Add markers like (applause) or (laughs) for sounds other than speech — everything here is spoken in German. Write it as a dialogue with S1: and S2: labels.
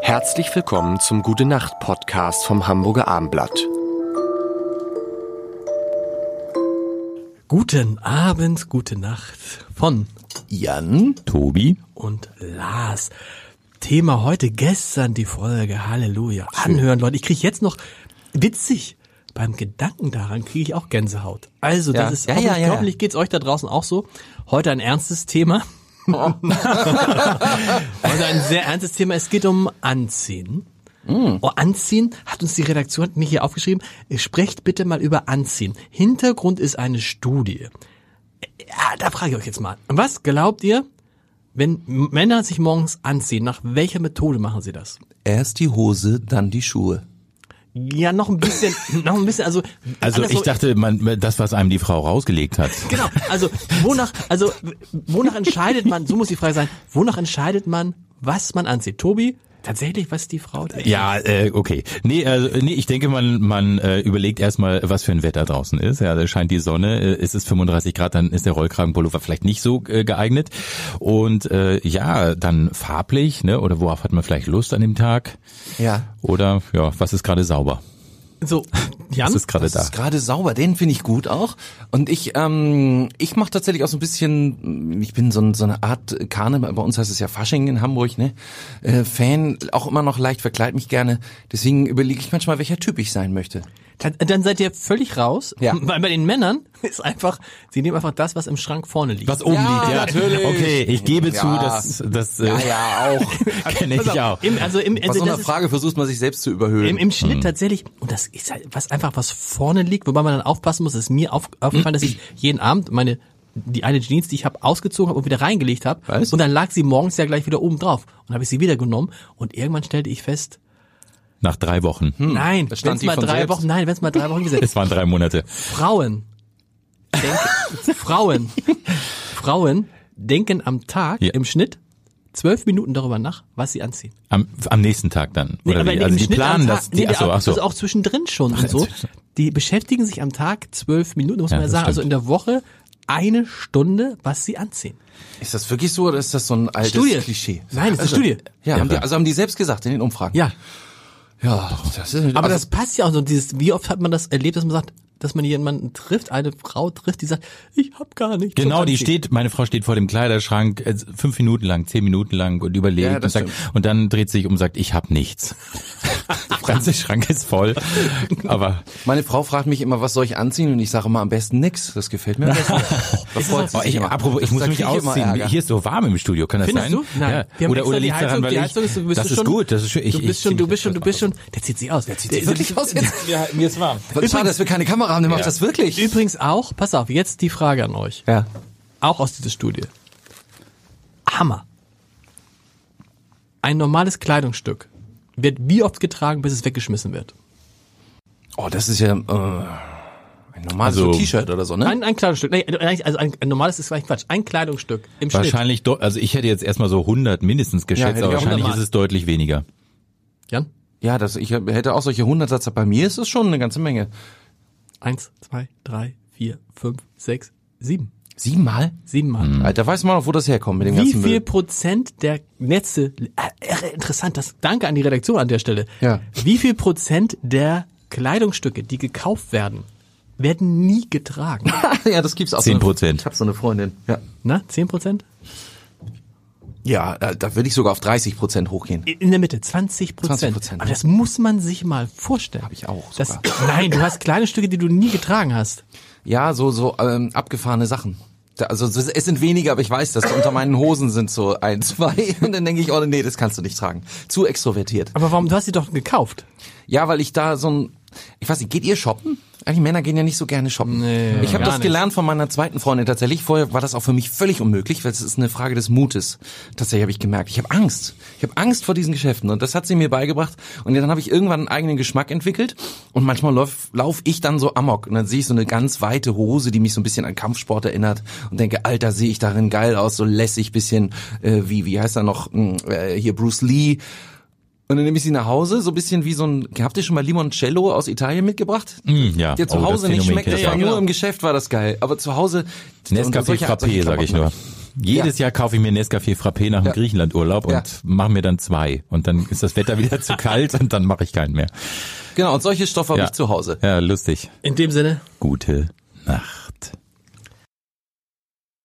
S1: Herzlich willkommen zum Gute Nacht Podcast vom Hamburger Armblatt.
S2: Guten Abend, gute Nacht von
S3: Jan,
S4: Tobi
S2: und Lars. Thema heute, gestern die Folge, Halleluja. Anhören, Leute, ich kriege jetzt noch, witzig, beim Gedanken daran kriege ich auch Gänsehaut. Also, das
S4: Ja.
S2: ist,
S4: Ja, ja,
S2: hoffentlich,
S4: ja, ja.
S2: hoffentlich geht's euch da draußen auch so. Heute ein ernstes
S4: (laughs)
S2: Thema. Heute ein sehr ernstes Thema. Es geht um Anziehen.
S4: Mm.
S2: Oh, Anziehen hat uns die Redaktion hat mir hier aufgeschrieben. Sprecht bitte mal über Anziehen. Hintergrund ist eine Studie. Ja, da frage ich euch jetzt mal. Was glaubt ihr, wenn Männer sich morgens anziehen, nach welcher Methode machen sie das?
S4: Erst die Hose, dann die Schuhe.
S2: Ja, noch ein
S3: (laughs)
S2: bisschen, noch ein bisschen, also.
S3: Also ich
S2: andersrum-
S3: dachte, man, das, was einem die Frau
S4: (laughs)
S3: rausgelegt hat.
S2: Genau, also wonach, also wonach entscheidet man, so muss die Frage sein, wonach entscheidet man, was man anzieht? Tobi, tatsächlich, was die Frau denkt?
S3: Ja, äh, okay. Nee, also, nee, ich denke, man, man äh, überlegt erstmal, was für ein Wetter draußen ist. Ja, da scheint die Sonne, äh, ist es 35 Grad, dann ist der Rollkragenpullover vielleicht nicht so äh, geeignet. Und äh, ja, dann farblich, ne? Oder worauf hat man vielleicht Lust an dem Tag?
S4: Ja.
S3: Oder ja, was ist gerade sauber?
S2: So, Jan,
S3: Was ist gerade
S4: Das
S3: da?
S4: ist gerade sauber, den finde ich gut auch. Und ich, ähm, ich mache tatsächlich auch so ein bisschen, ich bin so, ein, so eine Art Karneval, bei uns heißt es ja Fasching in Hamburg, ne? Äh, Fan, auch immer noch leicht, verkleid mich gerne. Deswegen überlege ich manchmal, welcher Typ ich sein möchte.
S2: dann, dann seid ihr völlig raus,
S4: Ja.
S2: weil bei den Männern ist einfach, sie nehmen einfach das, was im Schrank vorne liegt.
S3: Was oben
S4: Ja,
S3: liegt, ja.
S4: natürlich.
S3: Okay, ich gebe
S4: Ja.
S3: zu, das, das äh,
S4: Ja, ja, (laughs) auch.
S3: (laughs) kenne ich auch.
S2: Im, also im,
S4: Bei
S2: also
S4: so einer
S2: das ist,
S4: Frage versucht man sich selbst zu
S2: im,
S4: überhöhen.
S2: im Schnitt tatsächlich, und das ist halt was einfach, was vorne liegt, wobei man dann aufpassen muss, das ist mir auf, aufgefallen, dass ich jeden Abend meine die eine Jeans, die ich habe, ausgezogen habe und wieder reingelegt habe.
S4: Was?
S2: Und dann lag sie morgens ja gleich wieder oben drauf. Und habe ich sie wieder genommen. Und irgendwann stellte ich fest,
S3: Nach drei Wochen.
S4: Hm.
S2: Nein,
S4: Da stand
S2: wenn's
S4: die
S2: mal
S4: von
S2: drei
S4: selbst.
S2: Wochen, nein, wenn's mal drei Wochen
S4: (laughs)
S2: gesetzt.
S3: Es waren drei Monate.
S2: Frauen, denken, Frauen, Frauen denken am Tag
S3: Ja.
S2: im Schnitt zwölf Minuten darüber nach, was sie anziehen.
S3: Am, am nächsten Tag dann. Oder
S2: aber
S3: wie?
S2: im
S3: Also die
S2: Schnitt am
S3: planen
S2: Tag-
S3: das. Die,
S2: nee,
S3: achso,
S2: der-
S3: achso.
S2: Also auch zwischendrin schon und
S3: (laughs)
S2: so. Die beschäftigen sich am Tag zwölf Minuten, muss
S3: Ja,
S2: man ja
S3: das
S2: sagen. Also
S3: stimmt.
S2: in der Woche eine Stunde, was sie anziehen.
S4: Ist das wirklich so oder ist das so ein altes
S2: Studie.
S4: Klischee?
S2: Nein, das ist eine Studie.
S4: Ja, haben die,
S3: Ja.
S4: also haben die selbst gesagt in den Umfragen.
S2: Ja.
S4: ja das ist,
S2: Aber
S4: also-
S2: das passt ja auch so. Dieses, wie oft hat man das erlebt, dass man sagt, dass man jemanden trifft, eine Frau trifft, die sagt, ich hab gar nichts. zum
S3: Genau, die
S2: Anziehen.
S3: steht, meine Frau steht vor dem Kleiderschrank äh, fünf Minuten lang, zehn Minuten lang und überlegt
S4: Ja,
S3: und,
S4: das
S3: sagt, und dann dreht sie sich um und sagt, ich habe
S2: (laughs)
S3: nichts. Der ganze Schrank ist voll.
S2: (laughs)
S3: Aber
S4: Meine Frau fragt mich immer, was soll ich anziehen? Und ich sage immer am besten nix. Das gefällt mir am
S3: (laughs)
S4: besten. Da freut sie
S3: oh,
S4: sich
S3: ich,
S4: immer.
S3: apropos, ich
S4: Da
S3: muss
S4: krieg
S3: mich
S4: ich immer
S3: ausziehen.
S4: Ärger.
S3: Hier ist so warm im Studio, kann das
S2: Findest
S3: sein?
S2: du? Nein.
S3: Ja.
S2: Wir haben
S3: oder
S2: extra
S3: oder
S2: die
S3: liegt's
S2: Heizung,
S3: daran, weil
S2: die
S3: ich,
S2: Heizung ist, du bist
S3: das
S2: du
S3: ist
S2: schon,
S3: gut, das ist schön. Ich,
S2: du
S3: ich
S2: bist schon,
S3: zieh
S2: du
S3: mich
S2: bist schon,
S3: das
S2: du bist schon, der zieht sich aus. Der zieht sich
S4: wirklich aus jetzt.
S3: Ja, mir ist warm.
S4: Schade, dass wir keine Kamera haben, der macht das wirklich.
S2: Übrigens auch, pass auf, jetzt die Frage an euch.
S4: Ja.
S2: Auch aus dieser Studie. Hammer. Ein normales Kleidungsstück wird wie oft getragen, bis es weggeschmissen wird?
S4: Oh, das ist ja äh, ein normales
S3: Also-
S4: so T-Shirt oder so, ne?
S2: Ein, ein Kleidungsstück, nee, also ein, ein normales ist gleich Quatsch, ein Kleidungsstück im Schnitt.
S3: Wahrscheinlich, do, also ich hätte jetzt erstmal so 100 mindestens geschätzt,
S4: hätte ich
S3: aber
S4: auch
S3: wahrscheinlich
S2: 100
S3: ist es deutlich weniger.
S2: Jan?
S4: Ja, das, ich hätte auch solche Hundertsatzer. Bei mir ist es schon eine ganze Menge.
S2: Eins, zwei, drei, vier, fünf, sechs, sieben.
S4: Siebenmal?
S2: Siebenmal.
S4: Alter, weiß man auch, wo das herkommt mit dem
S2: Wie
S4: ganzen
S2: viel
S4: Müll.
S2: Prozent der Netze, äh, irre interessant, das, danke an die Redaktion an der Stelle.
S4: Ja.
S2: Wie viel Prozent der Kleidungsstücke, die gekauft werden, werden nie
S4: (laughs)
S2: getragen?
S4: ja, das gibt's auch. so
S3: Zehn
S4: eine-
S3: Prozent.
S4: Ich habe so eine Freundin. Ja,
S2: Na, 10 Prozent?
S4: ja äh, da würde ich sogar auf 30 Prozent hochgehen.
S2: In der Mitte, 20 Prozent.
S4: 20%,
S2: Aber
S4: ja.
S2: das muss man sich mal vorstellen. Habe
S4: ich auch
S2: Das,
S4: sogar.
S2: nein, du hast Kleidungsstücke, die du nie getragen hast.
S4: Ja, so so ähm, abgefahrene Sachen. Da, also es es sind weniger, aber ich weiß das. Unter meinen Hosen sind so ein, (laughs) zwei. Und dann denke ich, oh nee, das kannst du nicht tragen. Zu extrovertiert.
S2: Aber warum, du hast sie doch gekauft.
S4: Ja, weil ich da so ein, ich weiß nicht, geht ihr shoppen? Eigentlich Männer gehen ja nicht so gerne shoppen.
S2: Nee,
S4: ich habe
S2: gar
S4: das
S2: nicht.
S4: gelernt von meiner zweiten Freundin tatsächlich. Vorher war das auch für mich völlig unmöglich, weil es ist eine Frage des Mutes. Tatsächlich habe ich gemerkt, ich habe Angst. Ich habe Angst vor diesen Geschäften und das hat sie mir beigebracht. Und dann habe ich irgendwann einen eigenen Geschmack entwickelt und manchmal lauf, lauf ich dann so amok und dann sehe ich so eine ganz weite Hose, die mich so ein bisschen an Kampfsport erinnert und denke, Alter, sehe ich darin geil aus, so lässig bisschen, äh, wie wie heißt er noch Hm, äh, hier Bruce Lee. Und dann nehme ich sie nach Hause, so ein bisschen wie so ein, habt ihr schon mal Limoncello aus Italien mitgebracht?
S3: Mm, ja.
S4: Der zu
S3: Oh, das
S4: Hause nicht
S3: Phänomen
S4: schmeckt,
S3: kenn
S4: das
S3: ich
S4: war
S3: auch.
S4: nur im Geschäft war das geil. Aber zu Hause...
S3: Nescafé
S4: solche- solche
S3: Frappé, sag ich
S4: Klamotten.
S3: nur. Jedes Jahr kaufe ich mir Nescafé Frappé nach dem
S4: Ja.
S3: Griechenlandurlaub und
S4: Ja.
S3: mache mir dann zwei. Und dann ist das Wetter (laughs) wieder zu kalt und dann mache ich keinen mehr.
S4: Genau, und solche Stoffe habe
S3: Ja.
S4: ich zu Hause.
S3: Ja, lustig.
S2: In dem Sinne,
S3: Gute